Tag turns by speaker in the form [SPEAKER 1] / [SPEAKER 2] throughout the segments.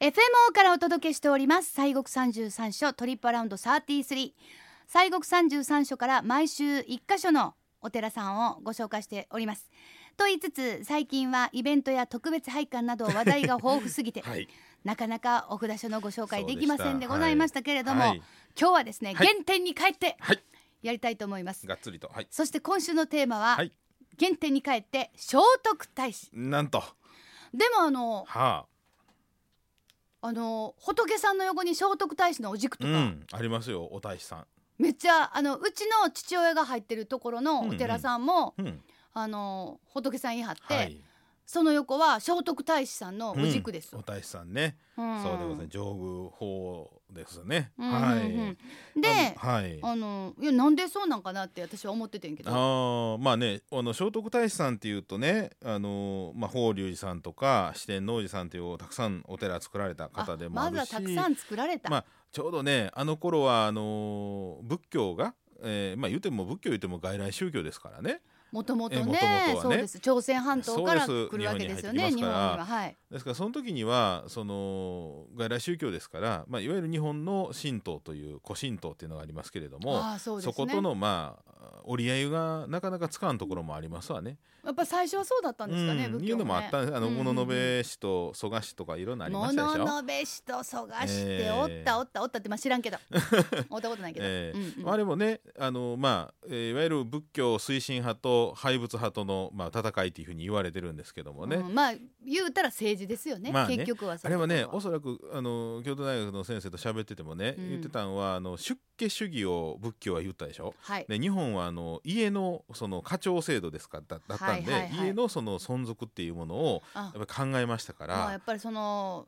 [SPEAKER 1] FMO からお届けしております西国三十三所トリップアラウンド33西国三十三所から毎週一箇所のお寺さんをご紹介しておりますと言いつつ最近はイベントや特別拝観など話題が豊富すぎて、
[SPEAKER 2] はい
[SPEAKER 1] なかなかお札所のご紹介できませんでございましたけれども、
[SPEAKER 2] はい
[SPEAKER 1] 今日はですね、
[SPEAKER 2] はい
[SPEAKER 1] 原点に帰って
[SPEAKER 2] はい
[SPEAKER 1] やりたいと思います
[SPEAKER 2] がっつりとはい
[SPEAKER 1] そして今週のテーマは、
[SPEAKER 2] はい
[SPEAKER 1] 原点に帰って聖徳太子
[SPEAKER 2] なんと
[SPEAKER 1] でもあの
[SPEAKER 2] は
[SPEAKER 1] あの仏さんの横に聖徳太子のお軸
[SPEAKER 2] あ
[SPEAKER 1] と
[SPEAKER 2] う
[SPEAKER 1] か、
[SPEAKER 2] んありますよお大師さ
[SPEAKER 1] めっちゃあのうちの父親が入ってるところのお寺さんも、
[SPEAKER 2] んうん
[SPEAKER 1] あの仏さんいはって、
[SPEAKER 2] はい
[SPEAKER 1] その横は聖徳太子さんのお軸です、
[SPEAKER 2] うんお大師さんね
[SPEAKER 1] うん
[SPEAKER 2] そうでございます上宮法ですね
[SPEAKER 1] うんうん
[SPEAKER 2] は
[SPEAKER 1] うん
[SPEAKER 2] い
[SPEAKER 1] で
[SPEAKER 2] あのはい
[SPEAKER 1] あのいやなんでそうなんかなって私は思っててんけど
[SPEAKER 2] あーまあねあの聖徳太子さんっていうとね、あのまあ、法隆寺さんとか四天王寺さんっていうたくさんお寺作られた方でもあるし
[SPEAKER 1] まずはたくさん作られた、
[SPEAKER 2] まあちょうどねあの頃はあの仏教が、えーまあ、言うても仏教言うても外来宗教ですからね
[SPEAKER 1] もともとね
[SPEAKER 2] え元々はね
[SPEAKER 1] そうです朝鮮半島から
[SPEAKER 2] そうです
[SPEAKER 1] 来るわけですよね日本に
[SPEAKER 2] 日本に入ってきますから
[SPEAKER 1] ははい
[SPEAKER 2] ですからその時にはその外来宗教ですから、まあ、いわゆる日本の神道という古神道っていうのがありますけれども
[SPEAKER 1] ああそうです
[SPEAKER 2] そ
[SPEAKER 1] ね
[SPEAKER 2] ことのまあ折り合いがなかなかつかんところもありますわね。
[SPEAKER 1] やっぱ最初はそうだったんですかね、
[SPEAKER 2] うん
[SPEAKER 1] 仏教
[SPEAKER 2] いうのもあったんですあの
[SPEAKER 1] うんうんう
[SPEAKER 2] 物
[SPEAKER 1] ん
[SPEAKER 2] のべ氏と蘇我氏とかいろんなありましたでし
[SPEAKER 1] 物
[SPEAKER 2] ょ。
[SPEAKER 1] のべしとそがし
[SPEAKER 2] え
[SPEAKER 1] て
[SPEAKER 2] え
[SPEAKER 1] おったおったおったってまあ知らん けどおったことないけど、
[SPEAKER 2] ええ
[SPEAKER 1] うんうん
[SPEAKER 2] まああれもねあの、まあえーいわゆる仏教推進派と廃仏派との、まあ、戦いっていうふうに言われてるんですけどもね、
[SPEAKER 1] うんまあ言うたら政治ですよね,、
[SPEAKER 2] まあね
[SPEAKER 1] 結局はそ
[SPEAKER 2] あ
[SPEAKER 1] うい
[SPEAKER 2] れ
[SPEAKER 1] うところ
[SPEAKER 2] はねおそらくあの京都大学の先生と喋っててもね、
[SPEAKER 1] うん
[SPEAKER 2] 言ってたんはあの出家主義を仏教は言ったでしょ。
[SPEAKER 1] はい、
[SPEAKER 2] で日本はあの家のその家長制度ですかだだったんで、
[SPEAKER 1] はいはいはい
[SPEAKER 2] 家のその存続っていうものを
[SPEAKER 1] あ
[SPEAKER 2] やっぱり考えましたから、
[SPEAKER 1] まあやっぱりその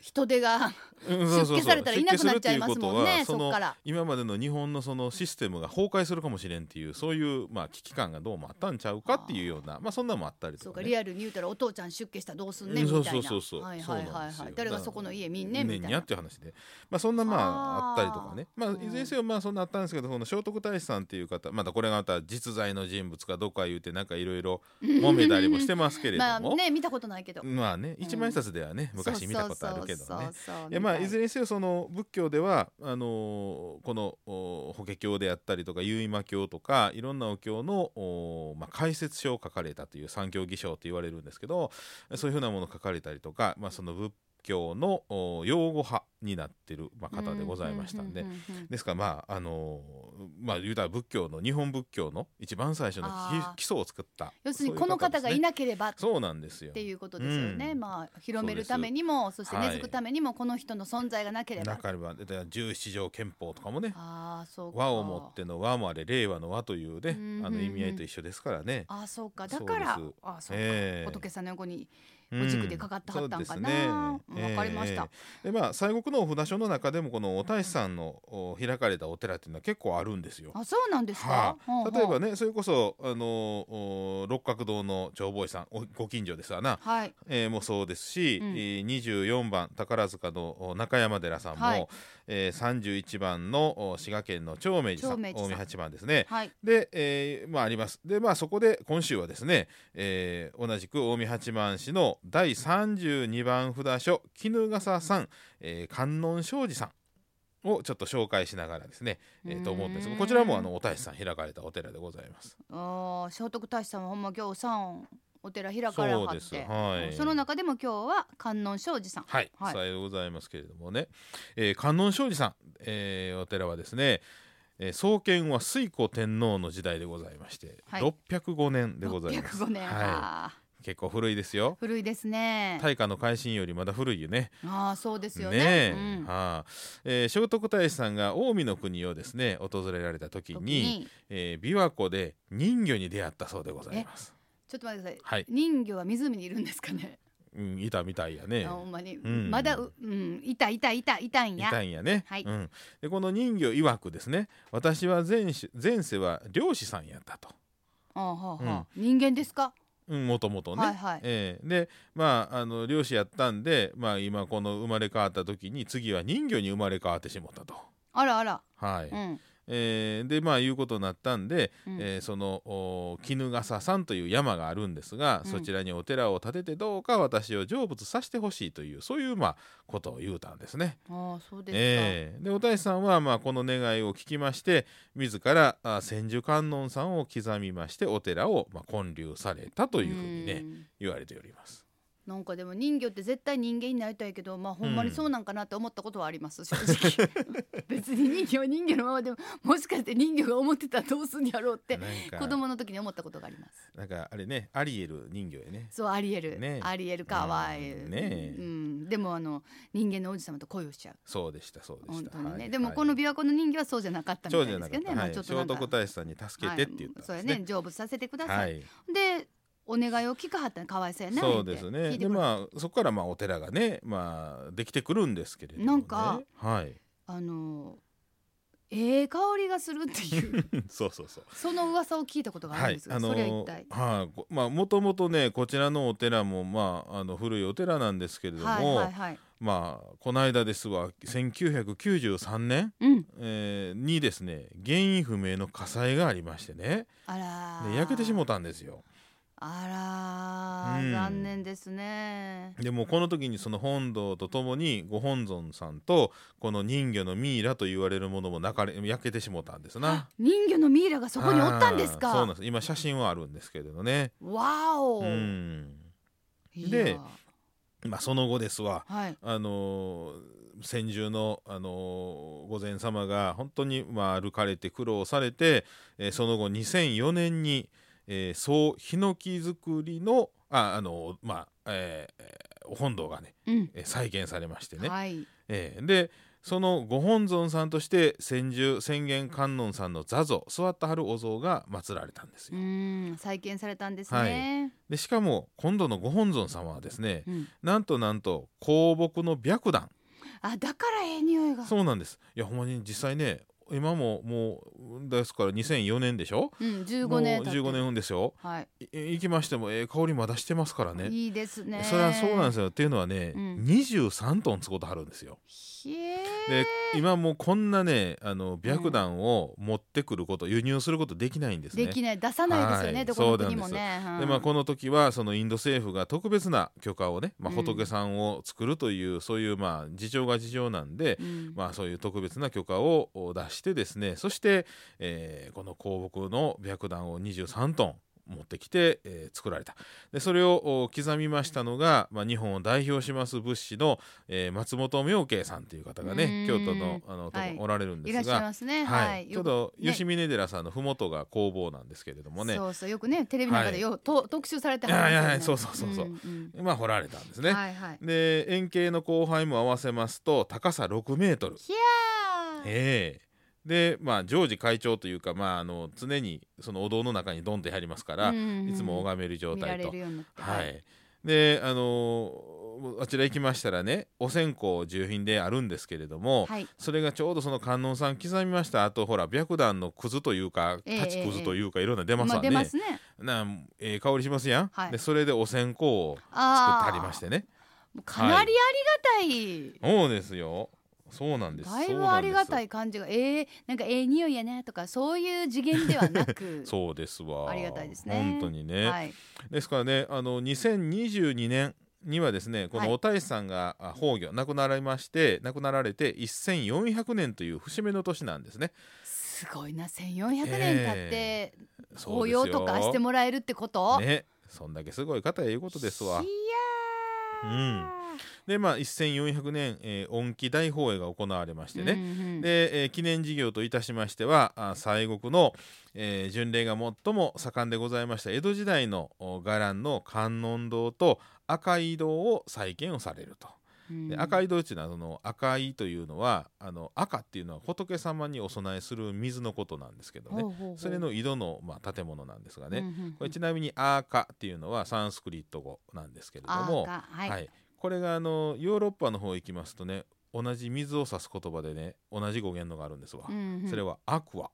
[SPEAKER 1] 人手が
[SPEAKER 2] う
[SPEAKER 1] 出
[SPEAKER 2] ん そうそうそう
[SPEAKER 1] 家されたらいなくなっちゃいますもん
[SPEAKER 2] 出
[SPEAKER 1] ね
[SPEAKER 2] 家するっていうことは
[SPEAKER 1] そ
[SPEAKER 2] その
[SPEAKER 1] っから
[SPEAKER 2] 今までの日本のそのシステムが崩壊するかもしれんっていうそういうまあ危機感がどうもあったんちゃうかっていうようなまあそんなのもあったり
[SPEAKER 1] そ
[SPEAKER 2] と
[SPEAKER 1] う
[SPEAKER 2] か、
[SPEAKER 1] か
[SPEAKER 2] ね、
[SPEAKER 1] リアルに言うたらお父ちゃん出家したらどうすんね
[SPEAKER 2] うん
[SPEAKER 1] みたいな
[SPEAKER 2] そうそうそうそう
[SPEAKER 1] はいはい
[SPEAKER 2] そうな
[SPEAKER 1] は
[SPEAKER 2] ん
[SPEAKER 1] い
[SPEAKER 2] です
[SPEAKER 1] は
[SPEAKER 2] よ
[SPEAKER 1] い誰がそこの家見んねんみ
[SPEAKER 2] ね
[SPEAKER 1] た
[SPEAKER 2] ん
[SPEAKER 1] い
[SPEAKER 2] にゃ
[SPEAKER 1] な
[SPEAKER 2] っていう話で、まあ、そんなまああ
[SPEAKER 1] あ
[SPEAKER 2] っ
[SPEAKER 1] ー
[SPEAKER 2] たりとかね、まあ、いずれにせよまあそんなあったんですけどこの聖徳太子さんっていう方またこれがまた実在の人物かどうか言うてなんかいろいろ揉めたりもしてますけれど
[SPEAKER 1] まあ
[SPEAKER 2] も、
[SPEAKER 1] ね見たことないけど
[SPEAKER 2] まあね一万円札ではね、昔見たことあるけど
[SPEAKER 1] そ
[SPEAKER 2] ね。
[SPEAKER 1] うそうそうそう
[SPEAKER 2] いやまあ、いず
[SPEAKER 1] れ
[SPEAKER 2] れにせよその仏教ではあのーこのお法華経であったりとか結馬経とかいろんなお経の、おまあ、解説書を書かれたという三教義書と言われるんですけどそういうふうなものを書かれたりとか、まあ、その仏教のお用語派になってる、まあ、方でございましたんで。ですからまああのーまあ言うたら仏教の日本仏教の一番最初の
[SPEAKER 1] あー
[SPEAKER 2] 基基礎を作った
[SPEAKER 1] 要するにこの方がい
[SPEAKER 2] な
[SPEAKER 1] なければっ
[SPEAKER 2] そうなんですよ
[SPEAKER 1] ていうことですよね、
[SPEAKER 2] うん
[SPEAKER 1] まあ広めるためにもそして根付くためにもこの人の存在がなければ、
[SPEAKER 2] 中にはだから十七条憲法とかもね
[SPEAKER 1] ああそうか
[SPEAKER 2] 和をもっての和もあれ令和の和というね、
[SPEAKER 1] うん
[SPEAKER 2] あの意味合いと一緒ですからね。
[SPEAKER 1] ああそうかだから
[SPEAKER 2] そうです
[SPEAKER 1] ああそうか、
[SPEAKER 2] ええ
[SPEAKER 1] 仏さんの横に
[SPEAKER 2] うん
[SPEAKER 1] お軸でかかってはったんかな
[SPEAKER 2] そうですね
[SPEAKER 1] うんわかりました
[SPEAKER 2] ええでまあ西国のお札所の中でもこのお大師さんのお開かれたお寺っていうのは結構あるんですよ。
[SPEAKER 1] あそうなんですか、ほうほ
[SPEAKER 2] は
[SPEAKER 1] う
[SPEAKER 2] あ、例えばねそれこそあのお六角堂の長坊さんおご近所ですわな、
[SPEAKER 1] はい
[SPEAKER 2] えーもそうですし、
[SPEAKER 1] うん
[SPEAKER 2] えー24番宝塚のお中山寺さんも、
[SPEAKER 1] はい
[SPEAKER 2] えー、31番のお滋賀県の長明寺さん
[SPEAKER 1] 長明寺さん
[SPEAKER 2] 近江八番ですね。
[SPEAKER 1] はい
[SPEAKER 2] で、えーまああります。で、まあそこで今週はですね、えー同じく近江八幡市の第32番札所絹笠さん、えー観音庄司さん。をちょっと紹介しながらですね、えーと思うんです
[SPEAKER 1] うーん
[SPEAKER 2] こちらもあのお大師さん開かれたお寺でございます。
[SPEAKER 1] ああ聖徳太子さんはほんま行さんお寺開かれは
[SPEAKER 2] そう
[SPEAKER 1] っ
[SPEAKER 2] です。
[SPEAKER 1] て
[SPEAKER 2] はい。
[SPEAKER 1] その中でも今日は観音庄司さん
[SPEAKER 2] はい、
[SPEAKER 1] はい
[SPEAKER 2] さようでございますけれどもね、えー観音庄司さん、えーお寺はですね、えー創建は推古天皇の時代でございまして、
[SPEAKER 1] はい
[SPEAKER 2] 605年でございます。
[SPEAKER 1] 605年、
[SPEAKER 2] は
[SPEAKER 1] ああ
[SPEAKER 2] い、結構古いですよ。
[SPEAKER 1] 古いですね
[SPEAKER 2] 大化の改新よりまだ古いよね。
[SPEAKER 1] ああそうですよね
[SPEAKER 2] ねえ、
[SPEAKER 1] うん
[SPEAKER 2] はあえー聖徳太子さんが近江の国をですね訪れられた時に
[SPEAKER 1] 時に
[SPEAKER 2] えー琵琶湖で人魚に出会ったそうでございます。
[SPEAKER 1] ちょっと待ってください
[SPEAKER 2] はい、
[SPEAKER 1] 人魚は湖にいるんですかね、
[SPEAKER 2] うん、いたみたいやね
[SPEAKER 1] あ。ほんまに、
[SPEAKER 2] ん
[SPEAKER 1] まだう、うん、いたいたいたいたん
[SPEAKER 2] い
[SPEAKER 1] や
[SPEAKER 2] たんやね。
[SPEAKER 1] はい
[SPEAKER 2] うん、でこの人魚曰くですね、私は前世前世は漁師さんやったと。
[SPEAKER 1] ああはあはあ人間ですか
[SPEAKER 2] うん、もともとね。
[SPEAKER 1] はいはい
[SPEAKER 2] えーで、まああの漁師やったんで、まあ今この生まれ変わった時に次は人魚に生まれ変わってしまったと。
[SPEAKER 1] あらあら、
[SPEAKER 2] はい。
[SPEAKER 1] うん、
[SPEAKER 2] えーでまあいうことになったんで、
[SPEAKER 1] うん
[SPEAKER 2] えーそのお衣笠山という山があるんですが、
[SPEAKER 1] うん
[SPEAKER 2] そちらにお寺を建ててどうか私を成仏させてほしいというそういうまあことを言うたんですね。
[SPEAKER 1] ああそうですか、
[SPEAKER 2] ええでお大師さんはまあこの願いを聞きまして自らあ千手観音さんを刻みましてお寺をまあ建立されたというふうにね、
[SPEAKER 1] ん
[SPEAKER 2] 言われております。
[SPEAKER 1] なんかでも人魚って絶対人間になりたいけどまあほんまにそうなんかなって思ったことはあります、正直 別に人魚は人魚のままでももしかして人魚が思ってたらどうすんやろうって
[SPEAKER 2] なんか
[SPEAKER 1] 子供の時に思ったことがあります
[SPEAKER 2] なんかあれねアリエル人形やね。
[SPEAKER 1] そうありえる、
[SPEAKER 2] ねえ
[SPEAKER 1] ありえるかわいい、
[SPEAKER 2] うんねえ
[SPEAKER 1] うん、でもあの人間の王子様と恋をしちゃう
[SPEAKER 2] そうでしたそうで
[SPEAKER 1] 本
[SPEAKER 2] した。
[SPEAKER 1] 当にね、
[SPEAKER 2] はい
[SPEAKER 1] でもこの
[SPEAKER 2] はい
[SPEAKER 1] 琵琶湖の人魚はそうじゃなかったみた
[SPEAKER 2] 長
[SPEAKER 1] い
[SPEAKER 2] 女じゃ
[SPEAKER 1] ですけどね、
[SPEAKER 2] なかった。
[SPEAKER 1] ま
[SPEAKER 2] は
[SPEAKER 1] あ
[SPEAKER 2] い。
[SPEAKER 1] ちょ
[SPEAKER 2] 聖
[SPEAKER 1] っとなん
[SPEAKER 2] 徳
[SPEAKER 1] か
[SPEAKER 2] 太子さんに助けてって言ったんです
[SPEAKER 1] はい、そうや
[SPEAKER 2] ね
[SPEAKER 1] ね。成仏させてくださ、
[SPEAKER 2] はいい。
[SPEAKER 1] でお願いを聞かはったんかわいそうやな
[SPEAKER 2] そうです
[SPEAKER 1] 言うて聞
[SPEAKER 2] ね。
[SPEAKER 1] いてくれた
[SPEAKER 2] でまあそこからまあお寺がねまあできてくるんですけれども、ね。
[SPEAKER 1] なんか
[SPEAKER 2] はい。
[SPEAKER 1] あのええ香りがするっていう
[SPEAKER 2] そうそうそう。
[SPEAKER 1] その噂を聞いたことがあるんですが、それは一体
[SPEAKER 2] はいこまあもともとねこちらのお寺もまああの古いお寺なんですけれども、
[SPEAKER 1] はいはいはい
[SPEAKER 2] まあこの間ですわ1993年、
[SPEAKER 1] うん
[SPEAKER 2] えーにですね原因不明の火災がありましてね
[SPEAKER 1] あらー
[SPEAKER 2] で焼けてしもたんですよ。
[SPEAKER 1] あらー、
[SPEAKER 2] うん
[SPEAKER 1] 残念ですね
[SPEAKER 2] でもうこの時にその本堂とともにご本尊さんとこの人魚のミイラと言われるものもなかれ焼けてしもたんですな。
[SPEAKER 1] 人魚のミイラがそこにおったんです
[SPEAKER 2] あー
[SPEAKER 1] か
[SPEAKER 2] そうなんです今写真はあるんですけれどね。
[SPEAKER 1] わお、
[SPEAKER 2] うん
[SPEAKER 1] いや
[SPEAKER 2] でまあ、その後ですわ、
[SPEAKER 1] はい
[SPEAKER 2] あのー先住の、あのー御前様が本当に、まあ、歩かれて苦労されて、えーその後2004年に、えー総ヒノキ作りのあ、あのーまあえーえー本堂がね、
[SPEAKER 1] うん
[SPEAKER 2] えー再建されましてね、
[SPEAKER 1] はい
[SPEAKER 2] えーでそのご本尊さんとして先住宣言観音さんの座像座ったはるお像が祀られたんです
[SPEAKER 1] う
[SPEAKER 2] よ。
[SPEAKER 1] ん再建されたんですね、
[SPEAKER 2] でしかも今度のご本尊様はですね
[SPEAKER 1] うん、
[SPEAKER 2] なんとなんと香木の白檀
[SPEAKER 1] あだからええ匂いが
[SPEAKER 2] そうなんです。いやほんまに実際ね今ももうですから2004年でしょ
[SPEAKER 1] う、ん、15年経
[SPEAKER 2] も
[SPEAKER 1] って
[SPEAKER 2] う
[SPEAKER 1] る
[SPEAKER 2] 15年分ですよ
[SPEAKER 1] はい
[SPEAKER 2] い行きましてもええ香りまだしてますから
[SPEAKER 1] い、
[SPEAKER 2] ね
[SPEAKER 1] いいですね
[SPEAKER 2] それはそうなんです
[SPEAKER 1] よ
[SPEAKER 2] よっていうのはね、
[SPEAKER 1] うん
[SPEAKER 2] 23トン使うとはるんですよで今もうこんなねあの白檀を持ってくること、輸入することできないんですね
[SPEAKER 1] できない出さないですよね、
[SPEAKER 2] はい
[SPEAKER 1] どこの国もね。
[SPEAKER 2] でまあ、この時はそのインド政府が特別な許可をね、まあ、
[SPEAKER 1] うん
[SPEAKER 2] 仏さんを作るという、そういうまあ事情が事情なんで、
[SPEAKER 1] うん
[SPEAKER 2] まあ、そういう特別な許可をお出してですねそして、えーこの香木の白檀を23トン持ってきて、えー作られたでそれをお刻みましたのが、まあ、日本を代表します仏師の、えー松本明慶さんという方がね
[SPEAKER 1] う
[SPEAKER 2] 京
[SPEAKER 1] ん
[SPEAKER 2] 都のあのとこ
[SPEAKER 1] はい
[SPEAKER 2] おられるん
[SPEAKER 1] い
[SPEAKER 2] で
[SPEAKER 1] らっ
[SPEAKER 2] す
[SPEAKER 1] しゃい
[SPEAKER 2] が。
[SPEAKER 1] ますね。
[SPEAKER 2] はい
[SPEAKER 1] はい、
[SPEAKER 2] ちょうど吉峰寺さんの麓が工房なんですけれどもね
[SPEAKER 1] そうそうよくねテレビなんかでよ、と特集されてはるんですよ
[SPEAKER 2] いやいやいやそうそうそうそうん
[SPEAKER 1] ん
[SPEAKER 2] まあ掘られたんですね。
[SPEAKER 1] はいはい。
[SPEAKER 2] で円形の後輩も合わせますと高さ6メートル
[SPEAKER 1] ひゃー。
[SPEAKER 2] ええでまあ常時会長というか、まあ、あの常にそのお堂の中にドンと入りますから、いつも
[SPEAKER 1] が
[SPEAKER 2] 拝める状
[SPEAKER 1] 見ら
[SPEAKER 2] 態
[SPEAKER 1] れ
[SPEAKER 2] と
[SPEAKER 1] る。ようになって。
[SPEAKER 2] はい、であのーあちら行きましたらねお線香重品であるんですけれども、
[SPEAKER 1] はい。
[SPEAKER 2] それがちょうどその観音さん刻みましたあとほら白檀のくずというか
[SPEAKER 1] ええ
[SPEAKER 2] 立ちくずというか、いろんな出ます
[SPEAKER 1] まあ
[SPEAKER 2] わね
[SPEAKER 1] 出。ますね。
[SPEAKER 2] なんええ香りしますやん、
[SPEAKER 1] はい
[SPEAKER 2] でそれでお線香を作っ
[SPEAKER 1] あ
[SPEAKER 2] て
[SPEAKER 1] あ。
[SPEAKER 2] ありましてね。
[SPEAKER 1] もうかなりありがたい。
[SPEAKER 2] そうですよそうなんです
[SPEAKER 1] だいぶありがた
[SPEAKER 2] い、
[SPEAKER 1] い感じが、ええなんかええ匂いやねとかそういう次元ではなく
[SPEAKER 2] そうですわ
[SPEAKER 1] ありがたいですね
[SPEAKER 2] 本当にね、
[SPEAKER 1] はい、
[SPEAKER 2] ですからねあの2022年にはですねこ
[SPEAKER 1] はい
[SPEAKER 2] のお大師さんがあ崩御亡くなられまして亡くなられて1400年という節目の年なんですね。
[SPEAKER 1] すごいな1400年経って
[SPEAKER 2] そう
[SPEAKER 1] 応
[SPEAKER 2] です
[SPEAKER 1] 用
[SPEAKER 2] よ
[SPEAKER 1] とかしてもらえるってこと、
[SPEAKER 2] ねそんだけすごい方やいうことですわ
[SPEAKER 1] い。や
[SPEAKER 2] でまあ1400年、えー、恩恵大法会が行われましてね、
[SPEAKER 1] ね
[SPEAKER 2] で、えー記念事業といたしましてはあ西国の、えー巡礼が最も盛んでございました江戸時代のお伽藍の観音堂と赤井堂を再建をされると。で赤
[SPEAKER 1] い
[SPEAKER 2] 井堂っていうのはその赤井というのはあの赤っていうのは仏様にお供えする水のことなんですけどねそれの井戸の、まあ、建物なんですがね、これちなみに「アーカ」っていうのはサンスクリット語なんですけれども、
[SPEAKER 1] は、
[SPEAKER 2] はいいこれがあのヨーロッパの方行きますとね同じ水を指す言葉でね同じ語源のがあるんですわ、
[SPEAKER 1] うんうん
[SPEAKER 2] それはアクア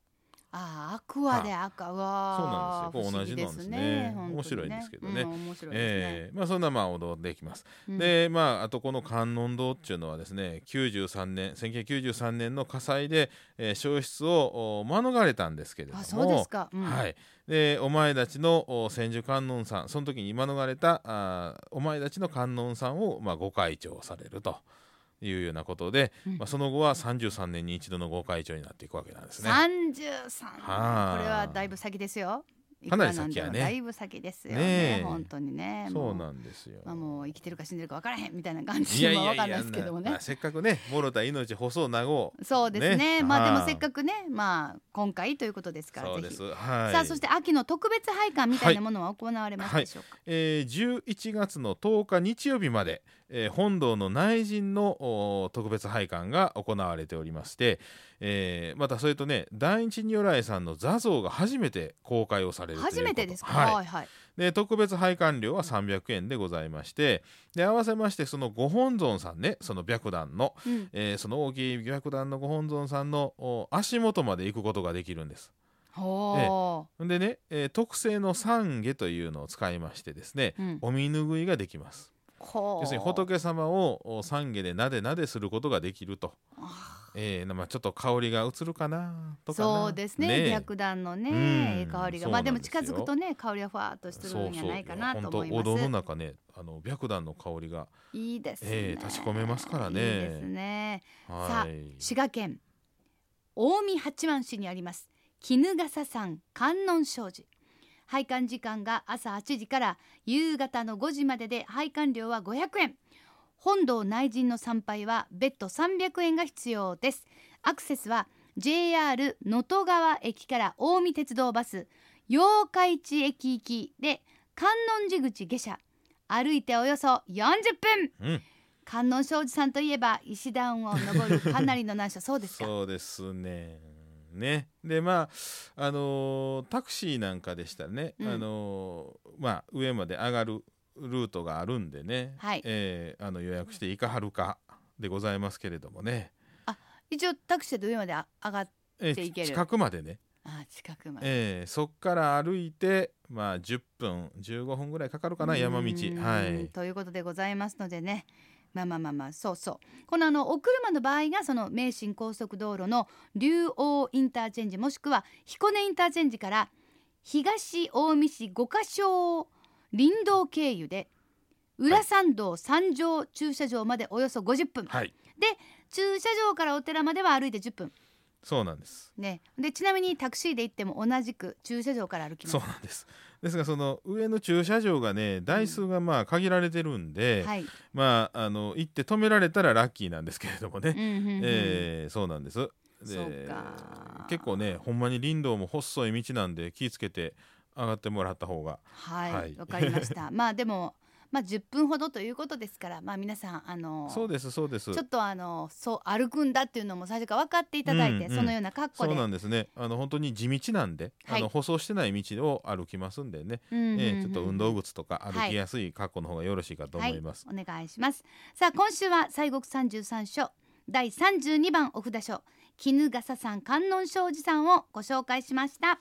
[SPEAKER 1] ああアクアで赤は、
[SPEAKER 2] そうなんですよこれ同じなんですね
[SPEAKER 1] 不思議
[SPEAKER 2] 面白いんですけど
[SPEAKER 1] 本
[SPEAKER 2] ね
[SPEAKER 1] 当にうん面白いですね。
[SPEAKER 2] えーまあ、そんなまあお堂できます。
[SPEAKER 1] うん、
[SPEAKER 2] でまああとこの観音堂っていうのはですね93年1993年の火災で、えー焼失をお免れたんですけれども
[SPEAKER 1] あそうですか。うん
[SPEAKER 2] はい、でお前たちのお千手観音さんその時に免れたあーお前たちの観音さんを、まあ、ご会長されるというようなことで、
[SPEAKER 1] うん
[SPEAKER 2] まあ、その後は33年に一度のご会長になっていくわけなんですね。
[SPEAKER 1] 三十三。これ
[SPEAKER 2] はあ
[SPEAKER 1] はだいぶ先ですよ。
[SPEAKER 2] かなり先やね
[SPEAKER 1] いくらなんでもだいぶ先ですよ
[SPEAKER 2] ね
[SPEAKER 1] ね。
[SPEAKER 2] え
[SPEAKER 1] 本当にね。も
[SPEAKER 2] そうなんですよ
[SPEAKER 1] まあもう生きてるか死んでるか分からへんみたいな感
[SPEAKER 2] い
[SPEAKER 1] じ
[SPEAKER 2] や
[SPEAKER 1] はい分か
[SPEAKER 2] やい
[SPEAKER 1] ら
[SPEAKER 2] や
[SPEAKER 1] ないですけどもね。
[SPEAKER 2] まあせっかくねもろた命細うなごう
[SPEAKER 1] そうですね
[SPEAKER 2] ね
[SPEAKER 1] まあで
[SPEAKER 2] は
[SPEAKER 1] も
[SPEAKER 2] あ
[SPEAKER 1] せっかくねまあ今回ということですから
[SPEAKER 2] そう
[SPEAKER 1] ぜ
[SPEAKER 2] で
[SPEAKER 1] ひ、
[SPEAKER 2] す、はい、
[SPEAKER 1] さあそして秋の特別拝観みたいなものは行われますでしょうか、
[SPEAKER 2] えー、11月の10日日曜日まで、えー本堂の内陣のおー特別拝観が行われておりまして、えーまたそれとね第一如来さんの座像が初めて公開をされるということ
[SPEAKER 1] 初めてですか、
[SPEAKER 2] はい
[SPEAKER 1] はいはい
[SPEAKER 2] で特別拝観料は300円でございましてで合わせましてそのご本尊さんねその白檀の、
[SPEAKER 1] うん
[SPEAKER 2] えーその大きい白檀のご本尊さんのお足元まで行くことができるんです。
[SPEAKER 1] ほ
[SPEAKER 2] んでね、えー特製の三下というのを使いましてですね
[SPEAKER 1] う、うん、
[SPEAKER 2] お身拭いができます。
[SPEAKER 1] ほう
[SPEAKER 2] 要するに仏様をお懺悔でなでなですることができると、
[SPEAKER 1] あ
[SPEAKER 2] えーまあ、ちょっと香りが移るかなとかな
[SPEAKER 1] そうですね
[SPEAKER 2] え
[SPEAKER 1] 白檀の
[SPEAKER 2] うん
[SPEAKER 1] ねいい香りがまあでも近づくとね香りがふわっとしてるんじゃないかなと思います
[SPEAKER 2] そうそういや本当お堂の中ねあの白檀の香りが、
[SPEAKER 1] いいですね、
[SPEAKER 2] ええ立ち込めますからね
[SPEAKER 1] いいですね
[SPEAKER 2] は
[SPEAKER 1] さ
[SPEAKER 2] い、
[SPEAKER 1] 滋賀県近江八幡市にあります衣笠山観音障子拝観時間が朝8時から夕方の5時までで拝観料は500円本堂内陣の参拝は別途300円が必要ですアクセスは JR 能登川駅から近江鉄道バス八日市駅行きで観音寺口下車歩いておよそ40分
[SPEAKER 2] うん、
[SPEAKER 1] 観音庄司さんといえば石段を登るかなりの難所そうですか
[SPEAKER 2] そうですねねでまああのータクシーなんかでしたらね、
[SPEAKER 1] うん
[SPEAKER 2] あのーまあ上まで上がるルートがあるんでね、
[SPEAKER 1] はい
[SPEAKER 2] えーあの予約していかはるかでございますけれどもね、
[SPEAKER 1] 一応タクシーで上まであ上がっ
[SPEAKER 2] え
[SPEAKER 1] じゃあ
[SPEAKER 2] ー、
[SPEAKER 1] いける
[SPEAKER 2] 近くまでね
[SPEAKER 1] あ近くまで、
[SPEAKER 2] ええそっから歩いてまあ10分15分ぐらいかかるかな山
[SPEAKER 1] う
[SPEAKER 2] 道
[SPEAKER 1] ーん
[SPEAKER 2] はい
[SPEAKER 1] ということでございますのでねまあまあまあまあそうそうこのあのお車の場合がその名神高速道路の竜王インターチェンジもしくは彦根インターチェンジから東近江市五箇所林道経由で裏参道三条駐車場までおよそ50分、
[SPEAKER 2] はい
[SPEAKER 1] 駐車場からお寺までは歩いて10分
[SPEAKER 2] そうなんです
[SPEAKER 1] ね、でちなみにタクシーで行っても同じく駐車場から歩きます。
[SPEAKER 2] そうなんですですがその上の駐車場がね台数がまあ限られてるんで、
[SPEAKER 1] はい。
[SPEAKER 2] まああの行って止められたらラッキーなんですけれどもね、
[SPEAKER 1] うんうんうん
[SPEAKER 2] ええそうなんです
[SPEAKER 1] そう
[SPEAKER 2] で
[SPEAKER 1] か
[SPEAKER 2] 結構ねほんまに林道も細い道なんで気ぃつけて上がってもらった方が
[SPEAKER 1] はい、わ、
[SPEAKER 2] はい
[SPEAKER 1] かりま した。まあでもまあ10分ほどということですから、まあ皆さんあの
[SPEAKER 2] そうですそうです
[SPEAKER 1] ちょっとあのそう歩くんだっていうのも最初から分かっていただいて、
[SPEAKER 2] うんうん
[SPEAKER 1] そのような格好
[SPEAKER 2] そ
[SPEAKER 1] で、
[SPEAKER 2] うな
[SPEAKER 1] うん
[SPEAKER 2] んですねあの本当に地道なんで、
[SPEAKER 1] はい
[SPEAKER 2] あの舗装してない道を歩きますんでね
[SPEAKER 1] うんうん
[SPEAKER 2] えーちょっと運動靴とか
[SPEAKER 1] はい
[SPEAKER 2] 歩きやすい格好の方がよろしいかと思います。
[SPEAKER 1] はい、お願いしますさあ今週は西国三十三所第三十二番お札所絹笠さん観音庄司さんをご紹介しました